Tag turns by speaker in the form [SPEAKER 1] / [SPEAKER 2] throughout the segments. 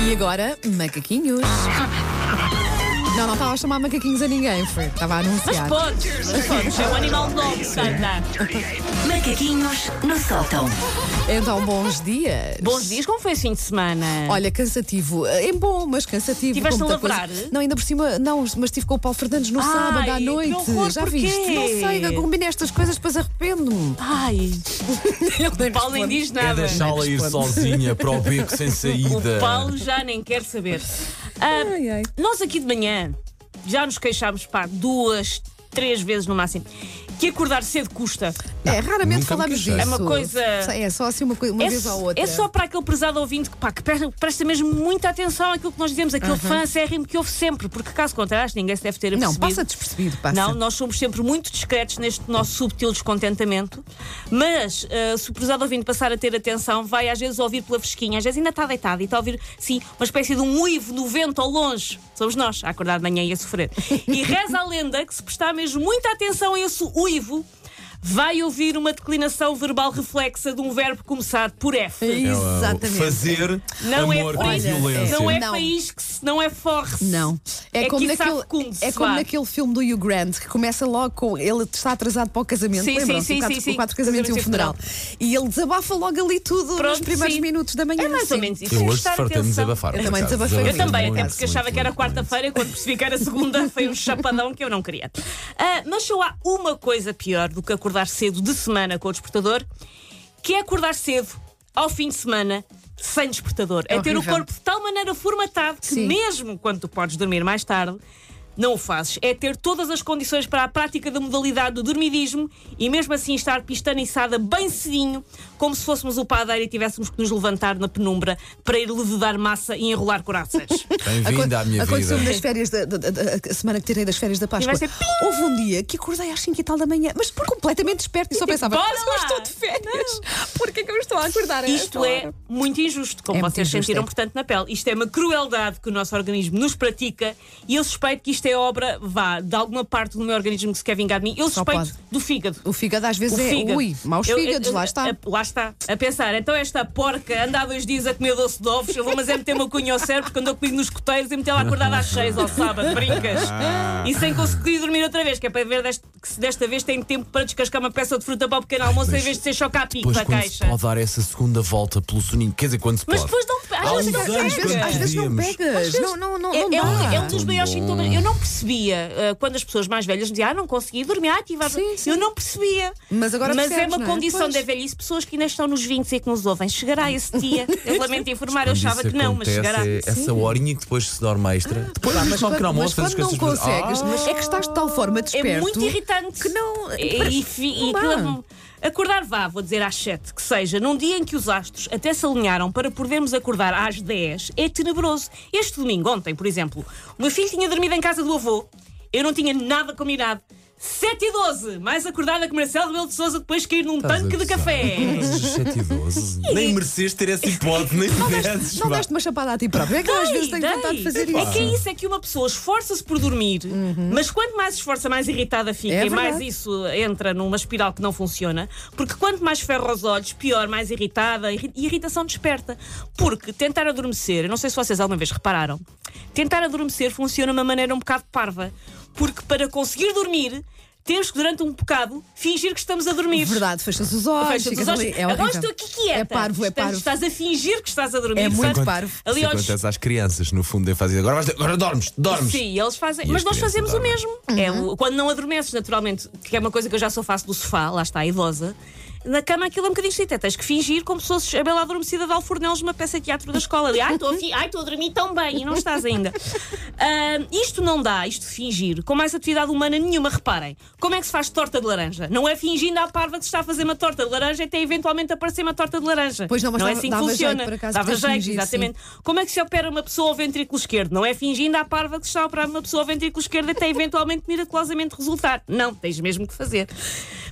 [SPEAKER 1] E agora, macaquinhos. Não, não estava a chamar macaquinhos a ninguém, foi. Estava a
[SPEAKER 2] Mas
[SPEAKER 1] anunciar.
[SPEAKER 2] podes, mas podes, é um animal novo, sabe lá.
[SPEAKER 3] Macaquinhos no sótão.
[SPEAKER 1] Então, bons dias.
[SPEAKER 2] Bons dias, como foi o fim de semana?
[SPEAKER 1] Olha, cansativo. É bom, mas cansativo.
[SPEAKER 2] Tiveste
[SPEAKER 1] com
[SPEAKER 2] a
[SPEAKER 1] muita
[SPEAKER 2] lavrar?
[SPEAKER 1] Não, ainda por cima, não, mas estive com o Paulo Fernandes no
[SPEAKER 2] Ai,
[SPEAKER 1] sábado à
[SPEAKER 2] que
[SPEAKER 1] noite.
[SPEAKER 2] horror,
[SPEAKER 1] Já
[SPEAKER 2] porquê?
[SPEAKER 1] viste? Não sei, eu combino estas coisas, depois arrependo-me.
[SPEAKER 2] Ai, o Paulo nem diz
[SPEAKER 4] É
[SPEAKER 2] nada.
[SPEAKER 4] deixá-la ir sozinha para o beco sem saída.
[SPEAKER 2] O Paulo já nem quer saber. Ah,
[SPEAKER 1] Ai, ai.
[SPEAKER 2] nós aqui de manhã já nos queixámos, pá, duas, três vezes no máximo, que acordar cedo custa.
[SPEAKER 1] É, raramente
[SPEAKER 4] nunca
[SPEAKER 1] falamos
[SPEAKER 4] me
[SPEAKER 1] disso.
[SPEAKER 4] queixei.
[SPEAKER 2] É uma coisa-
[SPEAKER 1] É só assim uma, coi- uma
[SPEAKER 2] é,
[SPEAKER 1] vez
[SPEAKER 2] só-
[SPEAKER 1] ou outra.
[SPEAKER 2] é só para aquele prezado ouvinte que, pá, que pre- presta mesmo muita atenção àquilo que nós dizemos, aquele fã sérrimo que ouve sempre, porque caso contrário, acho que ninguém se deve ter
[SPEAKER 1] Não,
[SPEAKER 2] apercebido.
[SPEAKER 1] passa despercebido, passa.
[SPEAKER 2] Não, nós somos sempre muito discretos neste nosso subtil descontentamento, mas ah, se o prezado ouvinte passar a ter atenção, vai às vezes ouvir pela fresquinha, às vezes ainda está deitado e está a ouvir, sim, uma espécie de um uivo no vento ao longe. Somos nós, a acordar de manhã e a sofrer. E reza a lenda que se prestar mesmo muita atenção a esse uivo, vai ouvir uma declinação verbal reflexa de um verbo começado por
[SPEAKER 4] É,
[SPEAKER 2] F.
[SPEAKER 1] Exatamente.
[SPEAKER 4] Fazer
[SPEAKER 2] Não
[SPEAKER 4] amor
[SPEAKER 2] é
[SPEAKER 4] com
[SPEAKER 2] frizz,
[SPEAKER 4] violência.
[SPEAKER 2] não é
[SPEAKER 1] Não.
[SPEAKER 2] país que se não é force.
[SPEAKER 1] Não. É,
[SPEAKER 2] É
[SPEAKER 1] como,
[SPEAKER 2] quiçá
[SPEAKER 1] naquele,
[SPEAKER 2] fecundo,
[SPEAKER 1] é
[SPEAKER 2] se
[SPEAKER 1] como
[SPEAKER 2] vá.
[SPEAKER 1] naquele filme do Hugh Grant, que começa logo com ele está atrasado para o casamento.
[SPEAKER 2] Sim,
[SPEAKER 1] Lembram-se?
[SPEAKER 2] sim,
[SPEAKER 1] o
[SPEAKER 2] sim,
[SPEAKER 1] quatro,
[SPEAKER 2] sim,
[SPEAKER 1] o
[SPEAKER 2] sim.
[SPEAKER 1] quatro casamentos e um funeral.
[SPEAKER 2] Casamento
[SPEAKER 1] E ele desabafa logo ali tudo nos
[SPEAKER 2] Pronto,
[SPEAKER 1] primeiros
[SPEAKER 2] sim.
[SPEAKER 1] minutos da manhã.
[SPEAKER 2] É mais ou
[SPEAKER 1] sim.
[SPEAKER 2] menos isso.
[SPEAKER 4] Eu
[SPEAKER 2] É
[SPEAKER 4] hoje
[SPEAKER 2] prestar
[SPEAKER 4] fartei-me
[SPEAKER 2] atenção.
[SPEAKER 4] desabafar.
[SPEAKER 1] Eu
[SPEAKER 4] por
[SPEAKER 1] também
[SPEAKER 4] acaso.
[SPEAKER 1] desabafei.
[SPEAKER 2] Eu
[SPEAKER 1] Muito,
[SPEAKER 2] também,
[SPEAKER 4] muito,
[SPEAKER 2] até porque
[SPEAKER 4] muito,
[SPEAKER 2] achava que era
[SPEAKER 4] muito, muito.
[SPEAKER 2] quarta-feira, quando percebi que era segunda, foi um chapadão que eu não queria. Ah, mas só há uma coisa pior do que acordar cedo de semana com o despertador, que é acordar cedo ao fim de semana sem despertador. É, ter o
[SPEAKER 1] horrível.
[SPEAKER 2] corpo de tal maneira formatado que
[SPEAKER 1] Sim.
[SPEAKER 2] mesmo quando tu podes dormir mais tarde, não o fazes. É ter todas as condições para a prática da modalidade do dormidismo e mesmo assim estar pistaniçada bem cedinho, como se fôssemos o padeiro e tivéssemos que nos levantar na penumbra para ir levedar massa e enrolar coraças.
[SPEAKER 4] Bem-vindo à minha vida.
[SPEAKER 1] Aconteceu-me nas férias da, da- da- da- a semana que tirei das férias da Páscoa.
[SPEAKER 2] E vai ser pim!
[SPEAKER 1] Houve um dia que acordei às 5 e tal da manhã, mas por completamente desperto e só pensava,
[SPEAKER 2] Tipo, bora
[SPEAKER 1] mas eu
[SPEAKER 2] lá!"
[SPEAKER 1] estou de férias. Por que é que eu estou a acordar a
[SPEAKER 2] Isto
[SPEAKER 4] então
[SPEAKER 1] esta
[SPEAKER 2] é
[SPEAKER 1] hora?
[SPEAKER 2] muito injusto, como
[SPEAKER 1] É muito
[SPEAKER 2] vocês
[SPEAKER 1] injusto,
[SPEAKER 2] sentiram,
[SPEAKER 1] é.
[SPEAKER 2] portanto, na pele. Isto é uma crueldade que o nosso organismo nos pratica e eu suspeito que isto é obra, vá, de alguma parte do meu organismo que se quer vingar de mim. Eu
[SPEAKER 1] Só pode.
[SPEAKER 2] suspeito do fígado.
[SPEAKER 1] O fígado às vezes
[SPEAKER 2] O
[SPEAKER 1] é.
[SPEAKER 2] fígado.
[SPEAKER 1] Ui, maus
[SPEAKER 2] Eu- é, eu-
[SPEAKER 1] fígados, lá está.
[SPEAKER 2] a- lá está. A pensar, então esta porca anda há dois dias a comer doce de ovos, eu vou mas é meter uma cunha ao cérebro, porque andou comigo nos coteiros e meteu-la acordada às seis ao sábado, brincas. E sem conseguir dormir outra vez, que é para ver deste- que se desta vez tem tempo para descascar uma peça de fruta para o pequeno almoço em vez de ser choca a pico
[SPEAKER 4] Depois,
[SPEAKER 2] da
[SPEAKER 4] quando se
[SPEAKER 2] caixa.
[SPEAKER 4] pode dar essa segunda volta pelo soninho, quer dizer, quando se pode.
[SPEAKER 2] Mas depois não. Às
[SPEAKER 4] Há
[SPEAKER 2] vezes
[SPEAKER 4] uns
[SPEAKER 2] não
[SPEAKER 4] anos,
[SPEAKER 1] Às vezes,
[SPEAKER 4] quando
[SPEAKER 1] às vezes não
[SPEAKER 4] podíamos.
[SPEAKER 1] pegas. não, não, não.
[SPEAKER 2] É,
[SPEAKER 1] não dá.
[SPEAKER 2] é um, é um dos
[SPEAKER 4] Tão
[SPEAKER 2] maiores
[SPEAKER 4] bom.
[SPEAKER 2] sintomas. Eu não percebia ah, quando as pessoas mais velhas me diziam, ah, não consegui dormir, ah, tive a-
[SPEAKER 1] Sim, sim.
[SPEAKER 2] Eu não percebia.
[SPEAKER 1] Mas agora
[SPEAKER 2] Mas
[SPEAKER 1] percebes,
[SPEAKER 2] é uma
[SPEAKER 1] não é?
[SPEAKER 2] condição
[SPEAKER 1] Pois.
[SPEAKER 2] da velhice. Pessoas que ainda estão nos 20 e que nos ouvem, chegará esse dia. Eu lamento informar, eu
[SPEAKER 4] Quando
[SPEAKER 2] achava
[SPEAKER 4] isso
[SPEAKER 2] que não, mas Ah,
[SPEAKER 4] acontece,
[SPEAKER 2] chegará.
[SPEAKER 4] é essa horinha que depois se dorme extra. Depois
[SPEAKER 1] Pá,
[SPEAKER 4] diz
[SPEAKER 1] mas
[SPEAKER 4] só que
[SPEAKER 1] quando,
[SPEAKER 4] não
[SPEAKER 1] mas
[SPEAKER 4] almoço,
[SPEAKER 1] quando não consegues,
[SPEAKER 4] Ah,
[SPEAKER 1] é que estás de tal forma desperto.
[SPEAKER 2] Ah! É muito irritante.
[SPEAKER 1] que não-
[SPEAKER 2] E, e, fi- e
[SPEAKER 1] não
[SPEAKER 2] aquilo é
[SPEAKER 1] dá.
[SPEAKER 2] bom. acordar vá, vou dizer às 7, que seja, num dia em que os astros até se alinharam para podermos acordar às 10, é tenebroso. Este domingo, ontem, por exemplo, o meu filho tinha dormido em casa do avô, eu não tinha nada combinado. 7 e 12, mais acordada que Marcelo Belo de Souza depois de cair num
[SPEAKER 4] Estás a
[SPEAKER 2] tanque de
[SPEAKER 4] gozar.
[SPEAKER 2] café.
[SPEAKER 4] Mas 7 e 12. Nem mereces ter essa hipótese, nem mereces.
[SPEAKER 1] Não
[SPEAKER 4] vá.
[SPEAKER 1] deste uma chapada a ti próprio. É que eu às
[SPEAKER 2] Dei,
[SPEAKER 1] vezes tenho
[SPEAKER 2] dei.
[SPEAKER 1] vontade de fazer
[SPEAKER 2] Então, É que é
[SPEAKER 1] isso. Uhum.
[SPEAKER 2] isso, é que uma pessoa esforça-se por dormir, mas quanto mais se esforça, mais irritada fica
[SPEAKER 1] É
[SPEAKER 2] e mais
[SPEAKER 1] verdade.
[SPEAKER 2] isso entra numa espiral que não funciona. Porque quanto mais ferra os olhos, pior, mais irritada irri- e irritação desperta. Porque tentar adormecer, eu não sei se vocês alguma vez repararam, tentar adormecer funciona de uma maneira um bocado parva. Porque para conseguir dormir, temos que durante um bocado fingir que estamos a dormir.
[SPEAKER 1] Verdade, fechas os olhos,
[SPEAKER 2] Fecha-te os
[SPEAKER 1] ficas
[SPEAKER 2] olhos.
[SPEAKER 1] ali. É
[SPEAKER 2] Agora
[SPEAKER 1] horrível.
[SPEAKER 2] estou aqui quieta.
[SPEAKER 1] É parvo, é
[SPEAKER 2] Estás-
[SPEAKER 1] parvo.
[SPEAKER 2] Estás a fingir que estás a dormir.
[SPEAKER 1] É muito
[SPEAKER 2] portanto,
[SPEAKER 1] parvo.
[SPEAKER 2] Ali
[SPEAKER 4] Isso
[SPEAKER 2] aos
[SPEAKER 4] acontece às crianças, no fundo, devem fazer. Agora, vais- agora dormes, dormes.
[SPEAKER 2] Sim, eles fazem.
[SPEAKER 4] E
[SPEAKER 2] mas
[SPEAKER 4] as
[SPEAKER 2] nós
[SPEAKER 4] crianças
[SPEAKER 2] fazemos
[SPEAKER 4] dormem.
[SPEAKER 2] o mesmo. É, o- quando não adormeces, naturalmente, que é uma coisa que eu já só faço do sofá, lá está a idosa. Na cama aquilo é um bocadinho escrito, tens que fingir como se fosses a bela adormecida de Alfornelos numa peça de teatro da escola. Ali, ai, estou a, fi- ai, estou a dormir tão bem e não estás ainda. Ah, isto não dá, isto de fingir, com mais atividade humana nenhuma, reparem. Como é que se faz torta de laranja? Não é fingindo à parva que se está a fazer uma torta de laranja é até eventualmente aparecer uma torta de laranja.
[SPEAKER 1] Pois não, mas
[SPEAKER 2] não é
[SPEAKER 1] dava-
[SPEAKER 2] assim que
[SPEAKER 1] dava jeito,
[SPEAKER 2] funciona.
[SPEAKER 1] por acaso,
[SPEAKER 2] dava
[SPEAKER 1] para
[SPEAKER 2] jeito,
[SPEAKER 1] fingir, sim.
[SPEAKER 2] exatamente. Como é que se opera uma pessoa ao ventrículo esquerdo? Não é fingindo à parva que se está a operar uma pessoa ao ventrículo esquerdo até eventualmente miraculosamente resultar. Não, tens mesmo que fazer.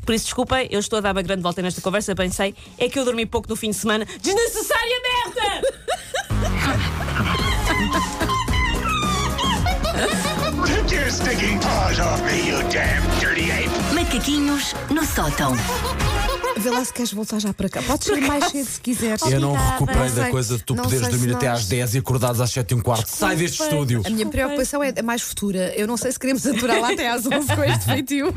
[SPEAKER 2] Por isso, desculpem, eu estou a dar uma grande volta nesta conversa, bem sei, é que eu dormi pouco no fim de semana. Desnecessária merda!
[SPEAKER 5] Take your stinking paws off me, you damn dirty ape!
[SPEAKER 3] Macaquinhos no sótão.
[SPEAKER 1] Vê lá se queres voltar já para cá. Podes ir mais cedo se quiseres.
[SPEAKER 4] Eu não
[SPEAKER 2] Obrigada.
[SPEAKER 4] recuperei
[SPEAKER 1] Não
[SPEAKER 4] da
[SPEAKER 1] sei-
[SPEAKER 4] coisa de tu
[SPEAKER 1] não
[SPEAKER 4] poderes
[SPEAKER 1] sei se
[SPEAKER 4] dormir até
[SPEAKER 1] nós-
[SPEAKER 4] às 10 e acordares às 7 e um quarto. Sai deste
[SPEAKER 2] Desculpa.
[SPEAKER 4] estúdio.
[SPEAKER 1] A minha preocupação é é mais futura. Eu não sei se queremos aturá-la até às 11 com este feitiço.